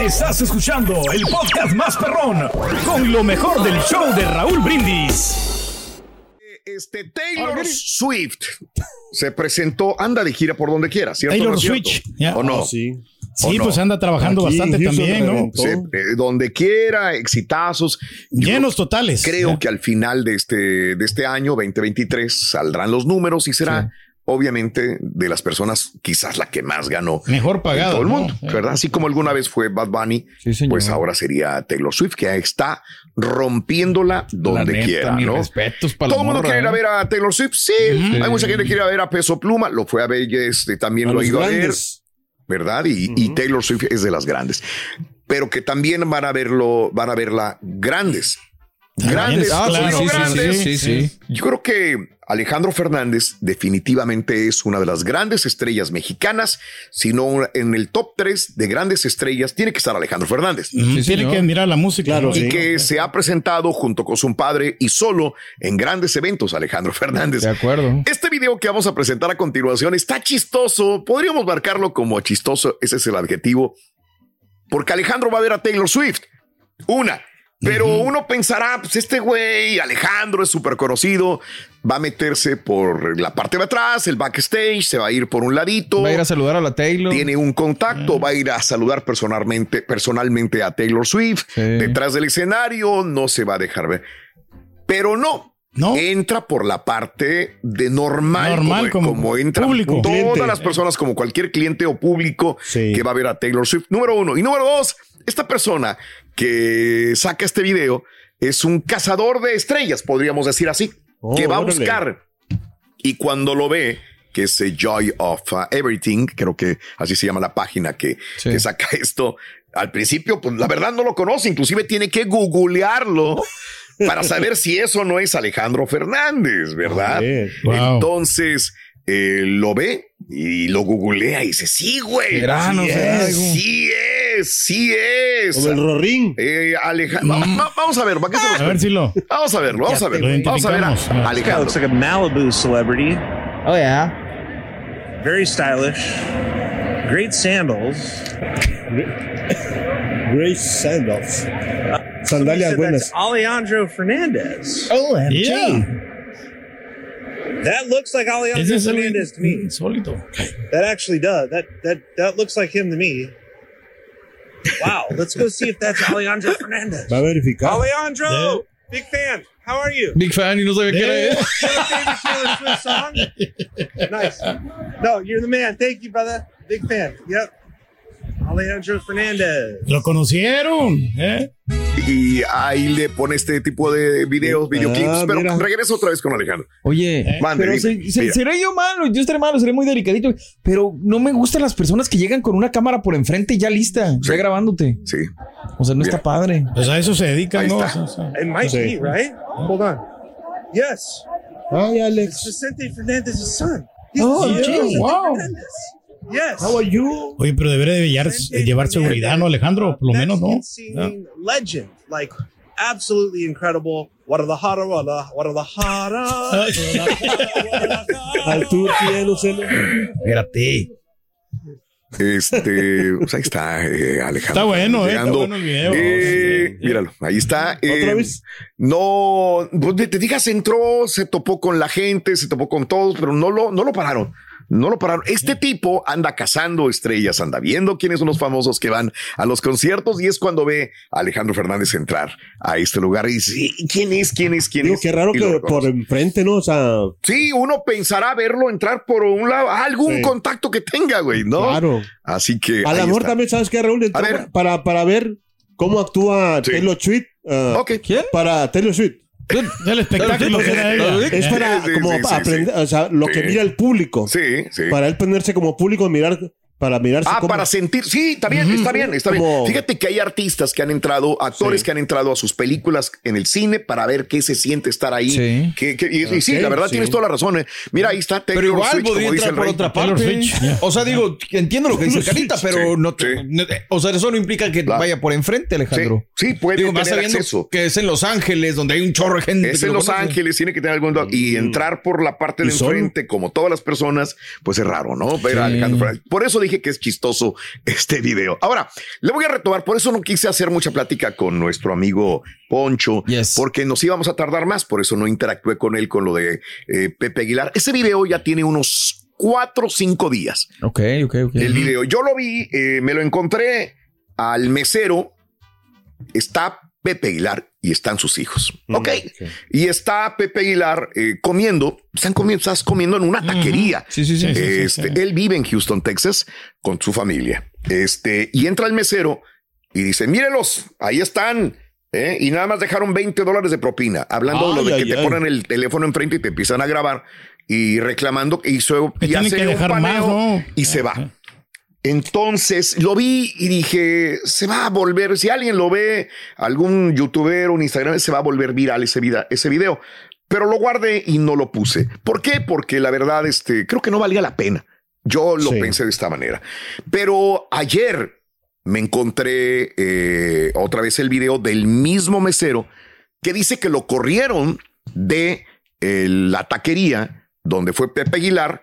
Estás escuchando el podcast más perrón con lo mejor del show de Raúl Brindis. Este Taylor Swift se presentó, anda de gira por donde quiera, ¿cierto? Taylor ¿No es cierto? Switch, ya. ¿O no? Oh, sí. Sí, ¿O no? pues anda trabajando Aquí, bastante Houston, también, ¿no? reventó. Se- eh, donde quiera, exitazos. Yo Llenos totales. Creo Ya. que al final de este, de este año 2023 saldrán los números y será, obviamente, de las personas quizás la que más ganó. Mejor en pagado. todo el ¿no? Eh. mundo, Sí. ¿verdad? Así como alguna vez fue Bad Bunny, Sí, señor. pues ahora sería Taylor Swift, que está rompiéndola donde La neta, quiera, mis ¿no? respetos para la Todo el mundo morra, quiere ir a ¿eh? ver a Taylor Swift, sí. Hay mucha gente que quiere ir a ver a Peso Pluma, lo fue a ver, este, también A lo los ha ido a ver. grandes. ¿verdad? Y, y Taylor Swift es de las grandes, pero que también van a verlo, van a verla grandes. También, Grandes, ah, los claro, digo sí, sí, grandes. sí, sí, sí. Yo creo que Alejandro Fernández definitivamente es una de las grandes estrellas mexicanas, sino en el top 3 de grandes estrellas tiene que estar Alejandro Fernández. Mm, Sí, Tiene señor. que admirar la música. Claro, ¿no? Y sí. que se ha presentado junto con su padre y solo en grandes eventos, Alejandro Fernández. De acuerdo. Este video que vamos a presentar a continuación está chistoso. Podríamos marcarlo como chistoso. Ese es el adjetivo. Porque Alejandro va a ver a Taylor Swift. Una. Pero uno pensará, pues este güey, Alejandro, es súper conocido. Va a meterse por la parte de atrás, el backstage, se va a ir por un ladito. Va a ir a saludar a la Taylor. Tiene un contacto, Mm. va a ir a saludar personalmente, personalmente a Taylor Swift. Sí. Detrás del escenario no se va a dejar ver. Pero no, ¿No? entra por la parte de normal, Normal, como, como como entran público. todas Cliente. las personas, como cualquier cliente o público Sí. que va a ver a Taylor Swift. Número uno. Y número dos, esta persona que saca este video es un cazador de estrellas, podríamos decir así, Oh, que va a órale. buscar. Y cuando lo ve, que es eh, Joy of uh, Everything, creo que así se llama la página que, Sí. que saca esto. Al principio, pues la verdad no lo conoce, inclusive tiene que googlearlo para saber si eso no es Alejandro Fernández, ¿verdad? Joder, wow. Entonces eh, lo ve y lo googlea y dice, sí, güey. Será, no sí, será, es, digo. sí es, sí es. Como el Rorín. Eh, Alejandro, va- va- vamos a ver, ¿para qué se los- Mm. A ver si lo. Vamos a verlo, vamos a te verlo. Vamos a ver identificamos. a Guy Alejandro. looks like a Malibu celebrity. Oh, yeah. Very stylish. Great sandals. Grace Sandals. Sandalias Somebody said buenas. Uh, That's Alejandro Fernandez. Oh, Yeah. That looks like Alejandro Ese es el Fernandez to me. insólito. That actually does. That that that looks like him to me. Wow. Let's go see if that's Alejandro Fernandez. Va a verificar. Alejandro, Yeah. big fan. How are you? Big fan y no sabía qué era eso. Your favorite Taylor Swift song? Nice. No, you're the man. Thank you, brother. Big fan. Yep. Alejandro Fernandez. Lo conocieron. ¿eh? Y ahí le pone este tipo de Ah, videos, videoclips. Pero mira. regreso otra vez con Alejandro. Oye, Eh, Mande, Eh. pero dime, se- se- mira. seré yo malo, yo estaré malo, seré muy delicadito, pero no me gustan las personas que llegan con una cámara por enfrente ya lista, ya grabándote. Sí. O sea, no Mira. está padre. Pues a eso se dedican, Ahí ¿no? está. O sea, It might Okay. be, right? Hold on. Yes. Ay, It's Alex. Vicente Fernandez's son. Oh, He's gee, Vicente wow. Fernandez. Yes. How are you? Oye, pero debería de llevar, eh, Vicente llevar seguridad, ¿no, Alejandro? Por lo menos, ¿no? Mexican singing Legend. Like, absolutely incredible. Guadalajara, Guadalajara, Guadalajara. Al Turquía, no sé. Espérate. Este, pues ahí está eh, Alejandro. Está bueno, ¿eh? Está Llegando. bueno el video. Eh, míralo, ahí está. eh, ¿Otra vez? No, pues, te, te digas, entró, se topó con la gente, se topó con todos, pero no lo, no lo pararon. No lo pararon. Este tipo anda cazando estrellas, anda viendo quiénes son los famosos que van a los conciertos y es cuando ve a Alejandro Fernández entrar a este lugar y dice, "¿Y ¿quién es? ¿Quién es? ¿Quién Digo, es? qué raro Y lo que reconoce. por enfrente, ¿no? O sea, Sí, uno pensará verlo entrar por un lado, algún Sí. contacto que tenga, güey, ¿no? claro. Así que... A ahí lo mejor está. también sabes que Raúl entró A ver. para, para ver cómo actúa Sí. Taylor Swift. ah, Ok. ¿Quién? Para Taylor Swift. El espectáculo que era ella. Es Eh, para Sí, sí, como sí, sí, aprender, o sea, lo Sí. que mira el público. Sí, sí. Para él ponerse como público, mirar, para mirarse Ah, cómo- para sentir. Sí, está bien, está bien, está bien. Como- Fíjate que hay artistas que han entrado, actores Sí. que han entrado a sus películas en el cine para ver qué se siente estar ahí. Sí. Que- que- y, y sí, la verdad sí. tienes toda la razón. eh. Mira, ahí está Taylor Pero igual Swift, podría como dice entrar el por rey. otra Taylor parte. Swift, ya. O sea, digo, entiendo lo que dice Carita, pero Sí, no, te- sí. no te- o sea, eso no implica que Claro. vaya por enfrente, Sí, Alejandro. sí, puede Digo, más tener sabiendo acceso. que es en Los Ángeles, donde hay un chorro de gente. Es que en lo Los conoce. Mm. Ángeles, tiene que tener algún lado. Y entrar por la parte de Y solo. enfrente, como todas las personas, pues es raro, ¿no? Ver a Alejandro Fernández. Por eso dije que es chistoso este video. Ahora, le voy a retomar, por eso no quise hacer mucha plática con nuestro amigo Poncho, Yes. porque nos íbamos a tardar más, por eso no interactué con él con lo de eh, Pepe Aguilar. Ese video ya tiene unos cuatro o cinco días Ok, ok, ok. el video. Yo lo vi, eh, me lo encontré al mesero. Está Pepe Aguilar y están sus hijos. Mm. ok. Y está Pepe Aguilar eh, comiendo. Están comiendo, estás comiendo en una taquería. Sí, sí, sí. sí, sí, sí. Este, Él vive en Houston, Texas, con su familia. Este, y entra el mesero y dice: Mírelos, ahí están. ¿eh? Y nada más dejaron 20 dólares de propina, hablando de lo de Ay, que ay, te ay. ponen el teléfono enfrente y te empiezan a grabar y reclamando y, su- Que y tienen hace que un dejar más, paneo ¿no? y se va. Entonces lo vi y dije, se va a volver, si alguien lo ve, algún youtuber, un Instagram, se va a volver viral ese, vida, ese video. Pero lo guardé y no lo puse. ¿Por qué? Porque la verdad, este, creo que no valía la pena. Yo lo Sí. pensé de esta manera. Pero ayer me encontré eh, otra vez el video del mismo mesero que dice que lo corrieron de eh, la taquería donde fue Pepe Aguilar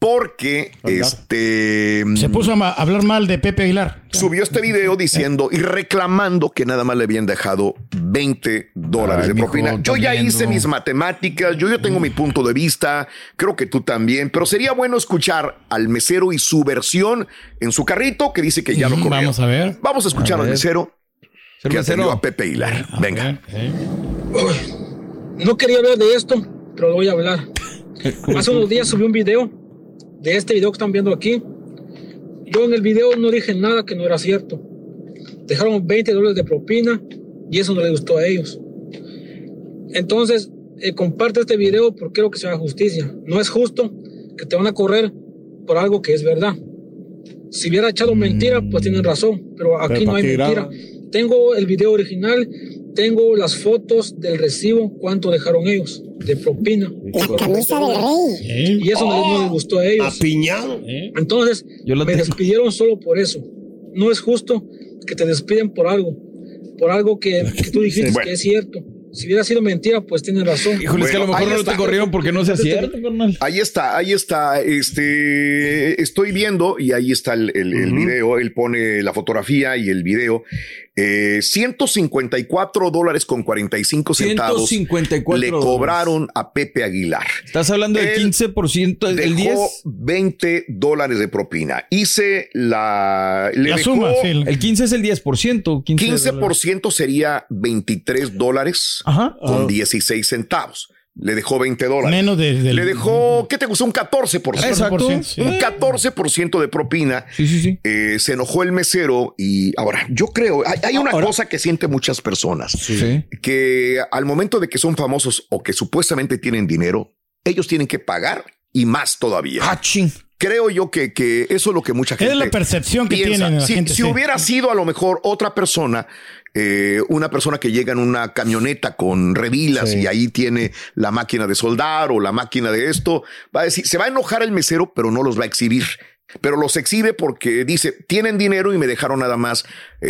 porque Aguilar. este Se puso a ma- hablar mal de Pepe Aguilar. subió este video diciendo y reclamando que nada más le habían dejado 20 dólares Ay, de mijo, propina. Yo ya también, hice no. mis matemáticas, yo, yo tengo mi punto de vista, creo que tú también, pero sería bueno escuchar al mesero y su versión en su carrito que dice que ya lo Mm, corrieron. Vamos a ver. Vamos a escuchar A al ver. mesero Ser que mesero. atendió a Pepe Hilar. A Venga. ver, eh. No quería hablar de esto, pero lo voy a hablar. Hace unos días subí un video de este video que están viendo aquí. Yo en el video no dije nada que no era cierto. Dejaron 20 dólares de propina y eso no le gustó a ellos. Entonces, eh, comparte este video porque quiero que se haga justicia. No es justo que te van a correr por algo que es verdad. Si hubiera echado mentira, pues tienen razón, pero aquí Pero no hay ¿para qué mentira. graba? Tengo el video original, tengo las fotos del recibo, cuánto dejaron ellos de propina. La camisa del rey. Eh, Y eso no, no les gustó a ellos. Apiñado. eh. Entonces, Yo lo me tengo. despidieron solo por eso. No es justo que te despiden por algo, por algo que, que tú dijiste Bueno. que es cierto. Si hubiera sido mentira, pues tienes razón. Híjole, es que a lo Bueno, mejor ahí no está. te corrieron porque no sea cierto, carnal. Ahí está, ahí está. Este estoy viendo y ahí está el, el- el video. Él pone la fotografía y el video. Eh, 154 dólares con 45 centavos 154 le dólares. cobraron a Pepe Aguilar. Estás hablando del Él 15%, el, el 10, Dejó 20 dólares de propina. Hice la. Le La dejó suma, sí. el- el 15 es el 10%, 15, 15% sería 23 dólares Ajá. con Ah. 16 centavos. Le dejó 20 dólares. Menos de, del- Le dejó, ¿qué te gustó? Un 14%. Exacto. sí. Un 14% de propina. Sí, sí, sí. Eh, se enojó el mesero y ahora yo creo, hay, hay una Ahora- cosa que siente muchas personas, Sí. que al momento de que son famosos o que supuestamente tienen dinero, ellos tienen que pagar y más todavía. Ah, ching. Creo yo que, que eso es lo que mucha gente Es la percepción que piensa. tienen la si, gente. si sí. hubiera sido a lo mejor otra persona, eh, una persona que llega en una camioneta con revilas Sí. y ahí tiene la máquina de soldar o la máquina de esto, va a decir, se va a enojar el mesero, pero no los va a exhibir. Pero los exhibe porque dice, tienen dinero y me dejaron nada más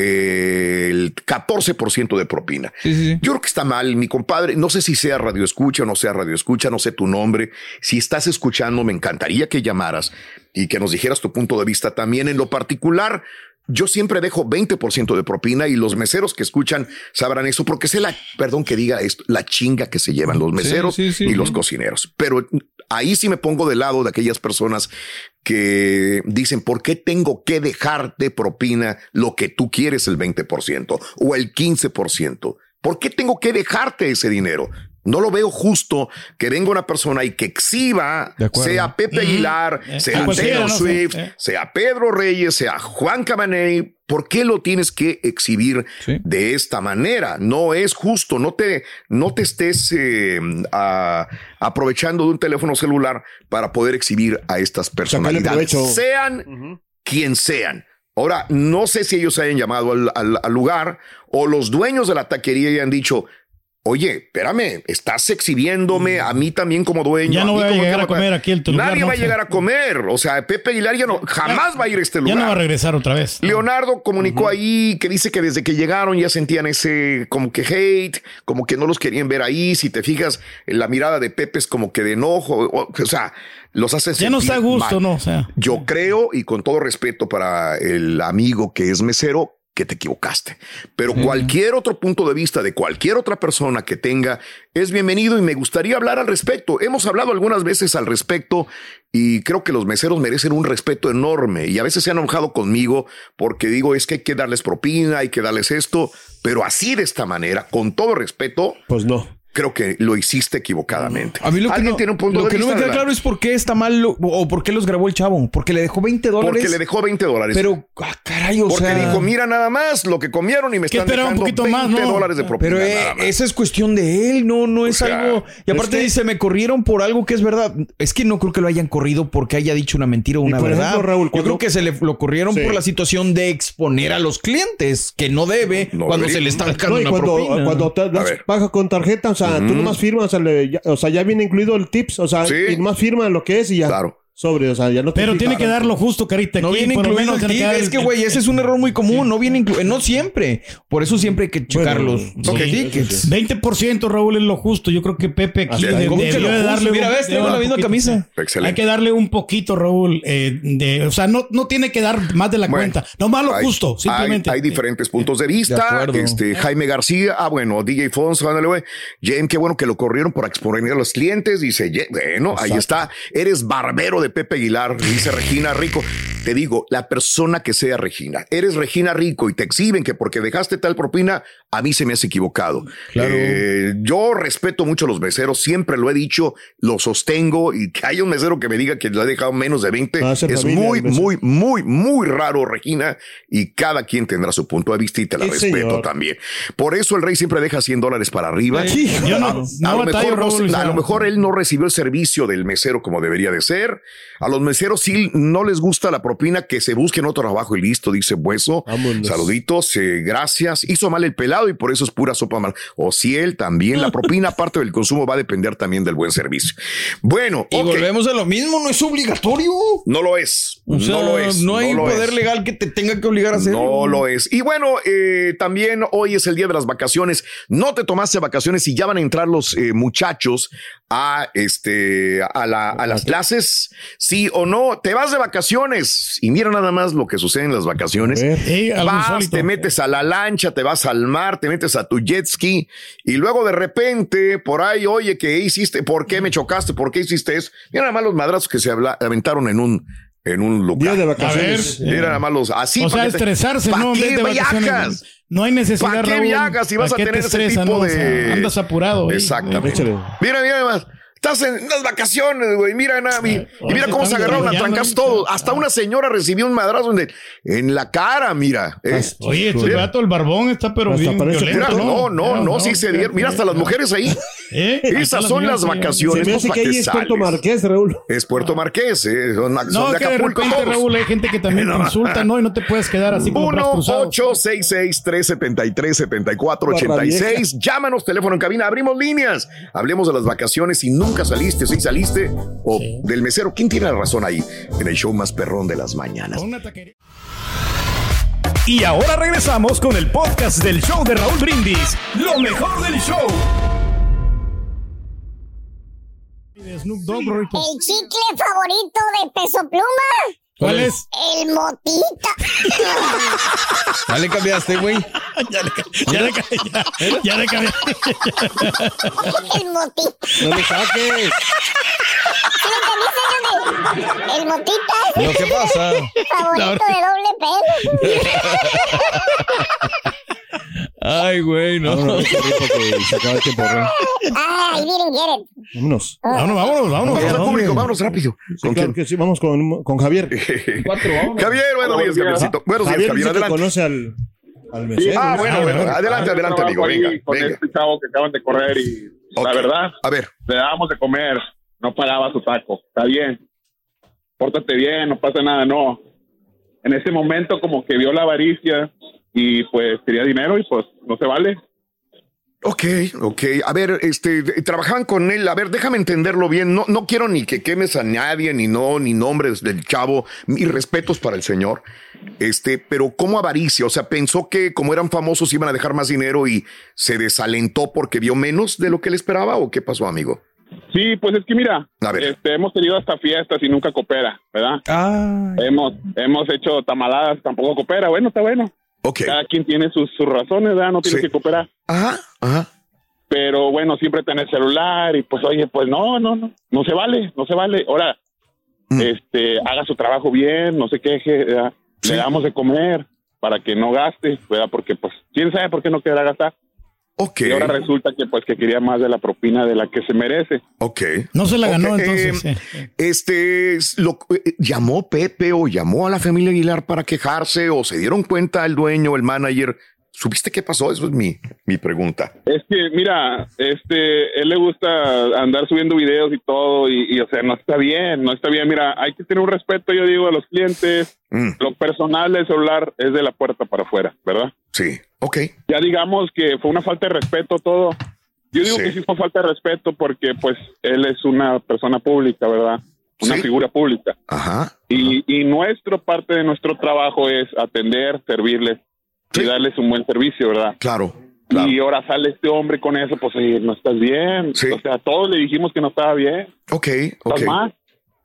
eh, el 14% de propina. Sí, sí, sí. Yo creo que está mal, mi compadre. No sé si sea radio escucha o no sea radio escucha, no sé tu nombre. Si estás escuchando, me encantaría que llamaras y que nos dijeras tu punto de vista también. En lo particular, yo siempre dejo 20% de propina y los meseros que escuchan sabrán eso porque sé la, perdón que diga esto, la chinga que se llevan los meseros sí, sí, y los sí. cocineros. Pero ahí sí me pongo del lado de aquellas personas que dicen, ¿por qué tengo que dejar de propina lo que tú quieres el 20% o el 15%? ¿Por qué tengo que dejarte ese dinero? No lo veo justo que venga una persona y que exhiba, De acuerdo. sea Pepe Aguilar, Eh, sea a cualquiera, Taylor ¿no? Swift, Eh. sea Pedro Reyes, sea Juan Camaney, ¿por qué lo tienes que exhibir Sí. de esta manera? No es justo, no te, no te estés eh, a- aprovechando de un teléfono celular para poder exhibir a estas personalidades, provecho. sean quien sean. Ahora, no sé si ellos hayan llamado al, al- al lugar o los dueños de la taquería y han dicho, Oye, espérame, estás exhibiéndome a mí también como dueño. Mm. Ya no mí voy a como llegar a camarógrafo. comer aquí en tu lugar, Nadie no, va a o sea. llegar a comer. O sea, Pepe Aguilar ya no, jamás va a ir a este lugar. Ya no va a regresar otra vez. Leonardo comunicó ahí que dice que desde que llegaron ya sentían ese como que hate, como que no los querían ver ahí. Si te fijas, la mirada de Pepe es como que de enojo, o, o sea, los hace Ya no sentir está a gusto, mal. ¿no? O sea, Yo creo, y con todo respeto para el amigo que es mesero, que te equivocaste. Pero cualquier otro punto de vista de cualquier otra persona que tenga es bienvenido y me gustaría hablar al respecto. Hemos hablado algunas veces al respecto y creo que los meseros merecen un respeto enorme y a veces se han enojado conmigo porque digo es que hay que darles propina, hay que darles esto, pero así de esta manera, con todo respeto, Pues no. creo que lo hiciste equivocadamente. A mí lo que, ¿Alguien no, tiene un punto lo de que no vista, me queda Adela? claro es por qué está mal lo- o por qué los grabó el chavo. Porque le dejó 20 dólares. porque le dejó 20 dólares. Pero, ah, caray, o Porque sea. dijo, mira nada más lo que comieron y me Que están esperaba un dejando poquito 20 más, ¿no? dólares de propina. Pero eh, nada más". esa es cuestión de él, no, no es sea, algo. Y aparte es que- dice, me corrieron por algo que es verdad. Es que no creo que lo hayan corrido porque haya dicho una mentira o una por verdad. ejemplo, Raúl, Yo cuando- creo que se le lo corrieron Sí. por la situación de exponer a los clientes, que no debe No cuando debería. se le está dejando No, y una cuando, propina. cuando te das ver. baja con tarjeta, o sea, tú nomás firmas, o sea, le- ya, o sea, ya viene incluido el tips, o sea, Sí. y nomás firma lo que es y ya. Claro. Sobre, o sea, ya no te pero fijas. tiene que dar lo justo, Carita. no aquí, viene por lo incluido menos el tiene tip. dar Es el- que, güey, ese es un error muy común. No viene incluido. No siempre. Por eso siempre hay que checar Bueno, los, los ok. tickets. Sí. 20% Raúl es lo justo. Yo creo que Pepe aquí Hasta ahí. de- ¿Cómo que lo debió de justo? darle. Mira, ves, debió tengo la un misma poquito. camisa. Excelente. Hay que darle un poquito, Raúl. eh, de, o sea, no, no tiene que dar más de la Bueno, cuenta. No más lo hay- justo, simplemente. Hay, hay diferentes puntos de vista. acuerdo. este, Jaime García, ah, bueno, DJ Fonso, ándale, güey. James, qué bueno que lo corrieron por exponer a los clientes. Dice, "Ye- bueno, ahí está. Eres barbero de Pepe Aguilar, dice Regina Rico. Te digo, la persona que sea Regina, eres Regina Rico y te exhiben que porque dejaste tal propina, a mí se me has equivocado. Eh, yo respeto mucho a los meseros, siempre lo he dicho, lo sostengo y que haya un mesero que me diga que le ha dejado menos de 20 Va a ser es familia, muy, el mesero. muy, muy, muy raro, Regina, y cada quien tendrá su punto de vista y te la Sí, respeto señor. también. Por eso el rey siempre deja 100 dólares para arriba. Sí, Yo no, A, no a lo batallo, mejor no- Raúl, o sea, a lo mejor él no recibió el servicio del mesero como debería de ser. A los meseros sí no les gusta la propina, que se busquen otro trabajo y listo, dice Bueso. Vámonos. Saluditos, eh, gracias. Hizo mal el pelado y por eso es pura sopa mal. O si él también, la propina, aparte del consumo, va a depender también del buen servicio. Bueno, Y ok, volvemos a lo mismo. No es obligatorio. no lo es. O sea, no lo es. No hay lo poder es. legal que te tenga que obligar a hacerlo. No lo es. Y bueno, eh, también hoy es el día de las vacaciones. No te tomaste vacaciones y ya van a entrar los eh, muchachos a este a, la- a las clases. Sí o no, te vas de vacaciones y mira nada más lo que sucede en las vacaciones. A ver. Sí, Eh, algo Vas, insólito. te metes a la lancha, te vas al mar, te metes a tu jet ski y luego de repente por ahí, oye, ¿qué hiciste? ¿Por qué me chocaste? ¿Por qué hiciste eso? Mira nada más los madrazos que se habla- aventaron en un en un Día lugar. de A ver. vacaciones. Mira nada más los así. o sea, para que te- estresarse, ¿Para ¿no? En qué vez de vacaciones, viajas? No hay necesidad, ¿Para qué Raúl. viajas si vas ¿Para a qué tener te ese estresas, tipo no? O sea, de- andas apurado. ¿eh? Exactamente. Échale. Mira, mira nada más. Estás en las vacaciones, güey. Mira, nada, mi- y, mira Ahorita cómo se están agarraron a guerrillando, trancas ¿no? Ah. todos. Hasta una señora recibió un madrazo en, el- en la cara, mira. Eh, Oye, este ¿eh? Mira. gato, el barbón, está pero Hasta bien parece mira, violento, no, no, no, Claro, sí se dieron. Mira, hasta las mujeres ahí. ¿Eh? Hasta Esas son señoras las ahí. vacaciones. Se me pues, hace ¿para que ahí qué es Puerto sales? Marqués, Raúl. Es Puerto Marqués, eh, son, son Ah. No, de es que de Acapulco repente, todos. Raúl, hay gente que también te insulta, ¿no? Y no te puedes quedar así como 1 brazos cruzados. 866 373 7486 Llámanos, teléfono en cabina, abrimos líneas. Hablemos de las vacaciones. Si nunca saliste, si saliste, o del mesero. ¿Quién tiene la razón ahí? En el show más perrón de las mañanas. Una taquería. Y ahora regresamos con el podcast del show de Raúl Brindis. Lo mejor del show. de Snoop Dogg, Rory, pues, El chicle favorito de Peso Pluma, ¿Cuál es? el motita. Ya le cambiaste, güey. Ya le, ya le, ya, ya le cambié. El motita. No le saques. Lo que dicen lo de- El motita es Lo que pasa. el favorito de doble pelo. Ay, güey, no. Vámonos, porque se acaba el tiempo, Raúl. Ah, I didn't get it. Vámonos. Vámonos, vámonos, vámonos. Vamos al hombre. público, vámonos rápido. Sí, ¿Con claro quién? que sí, vamos con, con Javier. Javier, buenos días, Javiercito. Buenos días, Javier Javier, dice que adelante. conoce al, al mesero. Ah, bueno, bueno, bueno. adelante, adelante, trabajo amigo. ahí Venga, con venga. este chavo que acaban de correr y la Ok. verdad, A ver, le dábamos de comer, no pagaba su taco, está bien, pórtate bien, no pasa nada, no. En ese momento como que vio la avaricia y pues quería dinero y pues no se vale. Ok, ok. A ver, este, trabajaban con él. A ver, déjame entenderlo bien. No, no quiero ni que quemes a nadie, ni no, ni nombres del chavo. Mis respetos para el señor. Este, pero ¿cómo avaricia? O sea, pensó que como eran famosos iban a dejar más dinero y se desalentó porque vio menos de lo que él esperaba o qué pasó, amigo? Sí, pues es que mira, A ver. este, hemos tenido hasta fiestas y nunca coopera, ¿verdad? Ah, Hemos, hemos hecho tamaladas, tampoco coopera. Bueno, está bueno. Ok. Cada quien tiene sus, sus razones, ¿verdad? No tienes Sí. que cooperar. Ajá, ajá. Pero bueno, siempre tenés celular y pues oye, pues no, no, no, no se vale, no se vale. Ahora, Mm. este, haga su trabajo bien, no se queje, ¿verdad? le damos de comer para que no gaste, ¿verdad? Porque pues, ¿quién sabe por qué no querrá gastar? Ok, Y ahora resulta que pues que quería más de la propina de la que se merece. ok. No se la ganó Ok, entonces. eh, sí. Este, es lo, eh, llamó Pepe o llamó a la familia Aguilar para quejarse o se dieron cuenta el dueño, el manager. ¿Supiste qué pasó? Eso es mi, mi pregunta. Es que, mira, este, él le gusta andar subiendo videos y todo, y, y, o sea, no está bien, no está bien. Mira, hay que tener un respeto, yo digo, a los clientes. Mm, Lo personal del celular es de la puerta para afuera, ¿verdad? sí, ok. Ya digamos que fue una falta de respeto todo. Yo digo Sí. que sí fue falta de respeto porque, pues, él es una persona pública, ¿verdad? Una Sí. figura pública. Ajá. Y, y nuestro, parte de nuestro trabajo es atender, servirles Sí. y darles un buen servicio, ¿verdad? Claro, claro. Y ahora sale este hombre con eso, pues oye, no estás bien. Sí. O sea, todos le dijimos que no estaba bien. Ok, Estás ok. mal.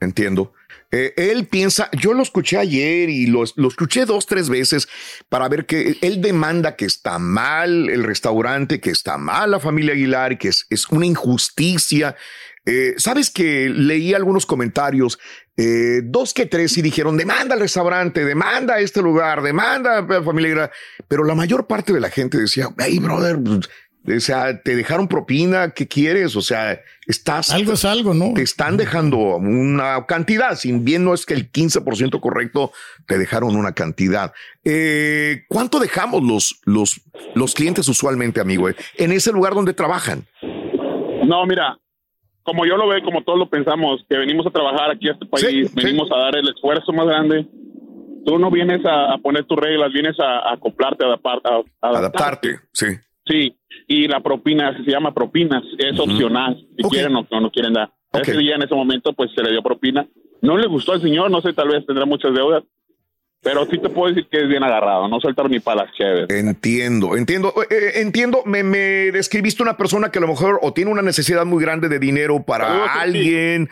Entiendo. Eh, él piensa, yo lo escuché ayer y lo, lo escuché dos, tres veces para ver que él demanda que está mal el restaurante, que está mal la familia Aguilar, que es, es una injusticia. Eh, Sabes que leí algunos comentarios, eh, dos que tres, y dijeron, demanda al restaurante, demanda a este lugar, demanda a la familia Aguilar. Pero la mayor parte de la gente decía, hey, brother, pues, o sea, te dejaron propina, ¿qué quieres? O sea, estás Algo es algo, ¿no? te están dejando una cantidad, sin bien no es que el 15% correcto, te dejaron una cantidad. Eh, ¿Cuánto dejamos los, los, los clientes usualmente, amigo, eh, en ese lugar donde trabajan? No, mira, como yo lo veo, como todos lo pensamos, que venimos a trabajar aquí a este país, Sí, sí. venimos a dar el esfuerzo más grande. Tú no vienes a, a poner tus reglas, vienes a, a acoplarte, a, adaptar- a- a adaptarte. Adaptarte, sí. Sí, y la propina se llama propinas, es opcional, si Ok. quieren o o no quieren dar. Ok. Ese día en ese momento pues se le dio propina. No le gustó al señor, no sé, tal vez tendrá muchas deudas, pero sí te puedo decir que es bien agarrado, no soltar ni palas chéveres. Entiendo, entiendo, eh, eh, entiendo. Me, me describiste una persona que a lo mejor o tiene una necesidad muy grande de dinero para Saludos, Ceci. alguien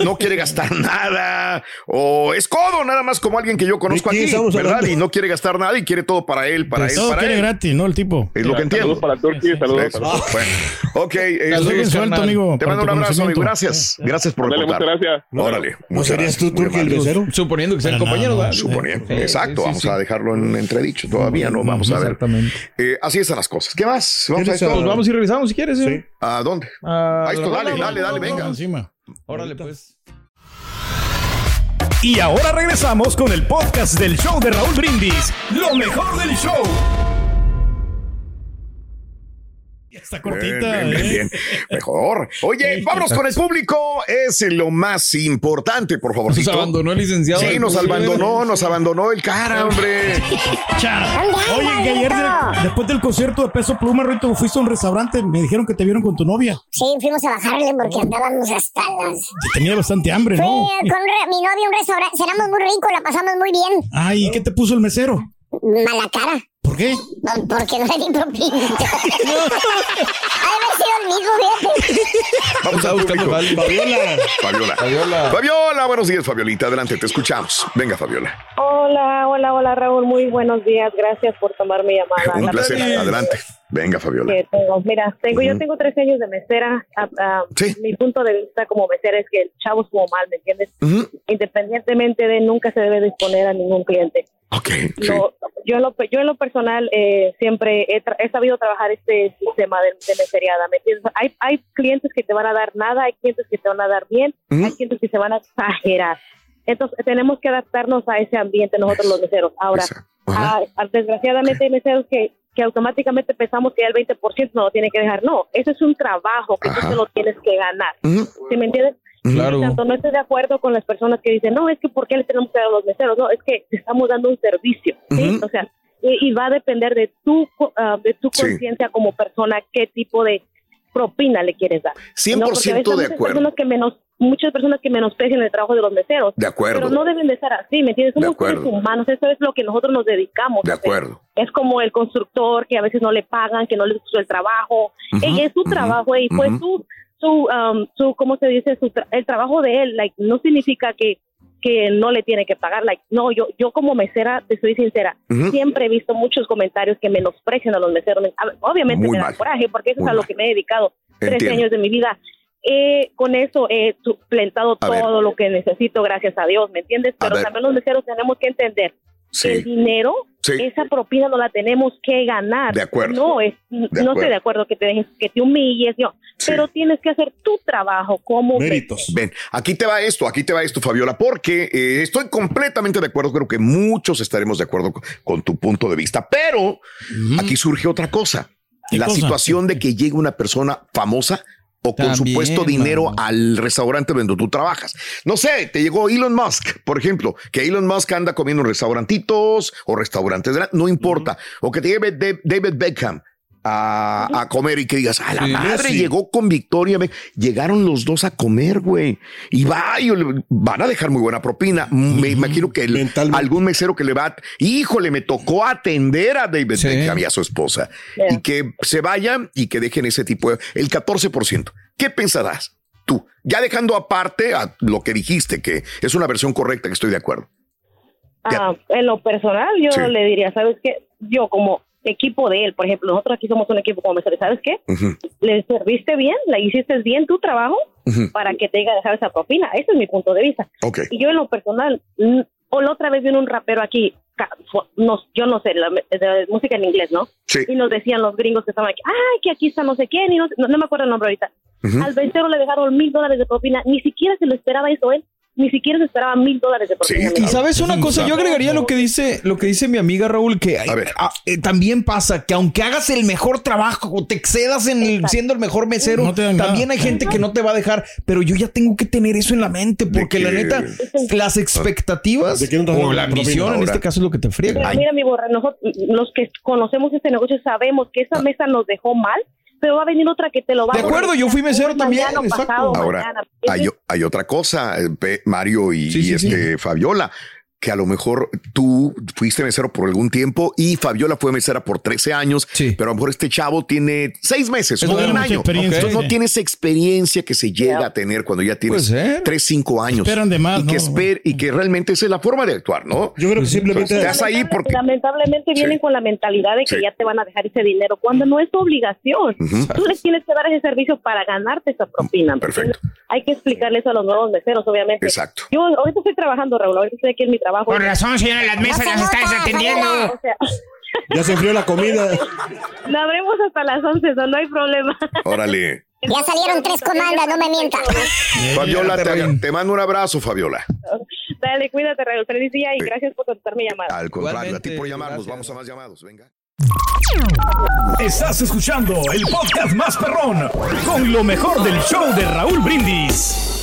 y no quiere gastar nada o es codo nada más como alguien que yo conozco ¿De quién aquí, estamos ¿verdad? hablando? Y no quiere gastar nada y quiere todo para él, para él, Todo para quiere él. gratis, ¿no? El tipo. Es lo que entiendo. Saludos para Turquía, saludos Eso. para Bueno, ok. eh, Saludos, sí, suelto, carnal. amigo, Te por mando un abrazo, tu amigo. conocimiento. Gracias. Gracias por Dale, reportar. muchas gracias. Órale. ¿No muchas serías tú, gracias. Muy Turki, el amable. mesero? suponiendo que sean Para compañeros, nada, ¿verdad? Suponiendo. Sí, Exacto. sí, vamos sí. a dejarlo en entredicho. Todavía no. Vamos a ver. Exactamente. Eh, así están las cosas. ¿Qué más? Vamos a ¿Quieres esto. a- Pues vamos y revisamos si quieres. Sí. ¿eh? ¿A dónde? Ah, A esto, la- dale, dale, dale, venga. Encima. Órale, pues. Y ahora regresamos con el podcast del show de Raúl Brindis. Lo mejor del show. Ya Está Bien, cortita. bien, bien, ¿eh? bien. Mejor. Oye, vámonos con el público. Es lo más importante, por favor. Nos abandonó el licenciado. Sí, nos abandonó, nos abandonó el cara, hombre. Chara. ¿Dónde andas, Oye, que ayer Rito? de- después del concierto de Peso Pluma, Rito, fuiste a un restaurante, me dijeron que te vieron con tu novia. Sí, fuimos a bajarle porque andábamos hasta las. Que tenía bastante hambre, Fui ¿no? eh, con re- mi novio a un restaurante. Cenamos muy rico, la pasamos muy bien. Ay, ¿y ¿qué te puso el mesero? Mala cara. ¿Por qué? No, Porque no le di propina. Ha de haber sido el mismo, fíjate. Vamos a buscar Fabiola. Fabiola. Fabiola. Fabiola, buenos días, Fabiolita. Adelante, te escuchamos. Venga, Fabiola. Hola, hola, hola Raúl, muy buenos días, gracias por tomar mi llamada. Un La placer. primera vez Adelante. Venga, Fabiola. que tengo. Mira, tengo, Ujú. yo tengo 13 años de mesera. Ah, ah, Sí. Mi punto de vista como mesera es que el chavo es como mal, ¿me entiendes? Ujú. Independientemente de nunca se debe disponer a ningún cliente. Ok, sí. No, yo, en lo, pe- yo en lo personal eh, siempre he, tra- he sabido trabajar este sistema de, de meseriada, ¿me entiendes? Hay, hay clientes que te van a dar nada, hay clientes que te van a dar bien, Ujú. hay clientes que se van a exagerar. Entonces tenemos que adaptarnos a ese ambiente nosotros los meseros. Ahora, Esa. Ajá. Ah, ah, desgraciadamente hay meseros que, que automáticamente pensamos que el 20% no lo tiene que dejar. No, eso es un trabajo ah, que Ajá. tú te lo tienes que ganar. Ujú. ¿Sí me entiendes? Claro. Por tanto, no estoy de acuerdo con las personas que dicen, no, es que ¿por qué le tenemos que dar a los meseros? No, es que te estamos dando un servicio. ¿sí? Ujú. O sea, y y va a depender de tu, co- ah, de tu conciencia como persona, qué tipo de propina le quieres dar. 100% Porque a veces de muchas acuerdo. Personas que menos, muchas personas que menosprecian el trabajo de los meseros. De acuerdo. Pero no deben de estar así, ¿me entiendes? Somos acuerdo. seres humanos, eso es lo que nosotros nos dedicamos. De a hacer. acuerdo. Es como el constructor que a veces no le pagan, que no le gustó el trabajo. Ujú, Ey, es su trabajo y fue ujú. su, su, um, su, ¿cómo se dice? Su tra- el trabajo de él. Like, no significa que que no le tiene que pagar. Like, no, yo, yo como mesera, te soy sincera, Ujú. siempre he visto muchos comentarios que menosprecian a los meseros. Me- a- Obviamente Muy me da mal. coraje porque eso Muy es a lo mal. que me he dedicado. Trece Entiendo. años de mi vida. Eh, con eso he suplentado A todo ver. lo que necesito, gracias a Dios, ¿me entiendes? Pero ver. también los meseros tenemos que entender Sí. el dinero, Sí. esa propina no la tenemos que ganar. De acuerdo. No, es, no estoy acuerdo. de acuerdo que te, dejes- que te humilles, no. pero tienes que hacer tu trabajo como Ven, aquí te va esto, aquí te va esto, Fabiola, porque eh, estoy completamente de acuerdo. Creo que muchos estaremos de acuerdo con, con tu punto de vista, pero aquí surge otra cosa: ¿Qué la cosa? situación de que llegue una persona famosa o con También, supuesto dinero al restaurante donde tú trabajas. No sé, te llegó Elon Musk, por ejemplo, que Elon Musk anda comiendo en restaurantitos o restaurantes, grandes, no importa, o que te lleve Dave- David Beckham. A, a comer y que digas, a la Sí, madre sí. llegó con Victoria. ve, Llegaron los dos a comer, güey. Y va, y le- van a dejar muy buena propina. Me imagino que el- algún mesero que le va, a- híjole, me tocó atender a David Beckham y a su esposa. Y que se vayan y que dejen ese tipo de, el 14%. ¿Qué pensarás tú? Ya dejando aparte a lo que dijiste, que es una versión correcta, que estoy de acuerdo. Ah, en lo personal, yo Sí. le diría, ¿sabes qué? Yo como equipo de él, por ejemplo, nosotros aquí somos un equipo como mesero, ¿sabes qué? Ujú. ¿Le serviste bien? ¿Le hiciste bien tu trabajo? Ujú. Para que te diga dejar esa propina. Ese es mi punto de vista. Ok. Y yo en lo personal, mm, o la otra vez vino un rapero aquí, ca- fu- no- yo no sé, la, me- de música en inglés, ¿no? Sí. Y nos decían los gringos que estaban aquí, ay, que aquí está no sé quién, y no, sé- no- no me acuerdo el nombre ahorita. Ujú. Al vencedor le dejaron mil dólares de propina, ni siquiera se lo esperaba eso él, ni siquiera se esperaba mil dólares de propina. Y sabes una cosa, yo agregaría lo que dice, lo que dice mi amiga Raúl, que Ah, a- eh, también pasa que aunque hagas el mejor trabajo o te excedas en el- siendo el mejor mesero, No te dan nada. también hay gente que no te va a dejar. Pero yo ya tengo que tener eso en la mente, porque la que- neta, las expectativas De que no te o dan la propina ambición en ahora. este caso es lo que te friega. Pero mira, mi borra, nosotros, los que conocemos este negocio sabemos que esa mesa nos dejó mal, pero va a venir otra que te lo va a De acuerdo, yo fui mesero también, Pasado, Ahora, mañana. hay, o- hay otra cosa, eh, Pe- Mario y, y este Fabiola, que a lo mejor tú fuiste mesero por algún tiempo y Fabiola fue mesera por 13 años, pero a lo mejor este chavo tiene seis Es meses o verdad, un mucha año. experiencia. Entonces Sí. no tienes experiencia que se llega a tener cuando ya tienes tres, cinco años. Esperan de más, y, que ¿no? esper- y que realmente esa es la forma de actuar, ¿no? Yo creo que Entonces, estás ahí lamentable- porque... Lamentablemente Sí. vienen con la mentalidad de que Sí. ya te van a dejar ese dinero, cuando no es tu obligación. Ujú. Tú les tienes que dar ese servicio para ganarte esa propina. Perfecto. Hay que explicarles a los nuevos meseros, obviamente. Exacto. Yo ahorita estoy trabajando, Raúl, ahorita estoy aquí en mi trabajo. Con razón, señora, las mesas las está desatendiendo. O sea, Ya se enfrió la comida. la abrimos hasta las 11, no, no hay problema. Órale. Ya salieron tres comandas, no me mientas. Fabiola, te, te mando un abrazo, Fabiola. Dale, cuídate, Raúl. Feliz día y gracias por contestar mi llamada. Al contrario, a ti por llamarnos. Vamos a más llamados. Venga. Estás escuchando el podcast más perrón con lo mejor del show de Raúl Brindis.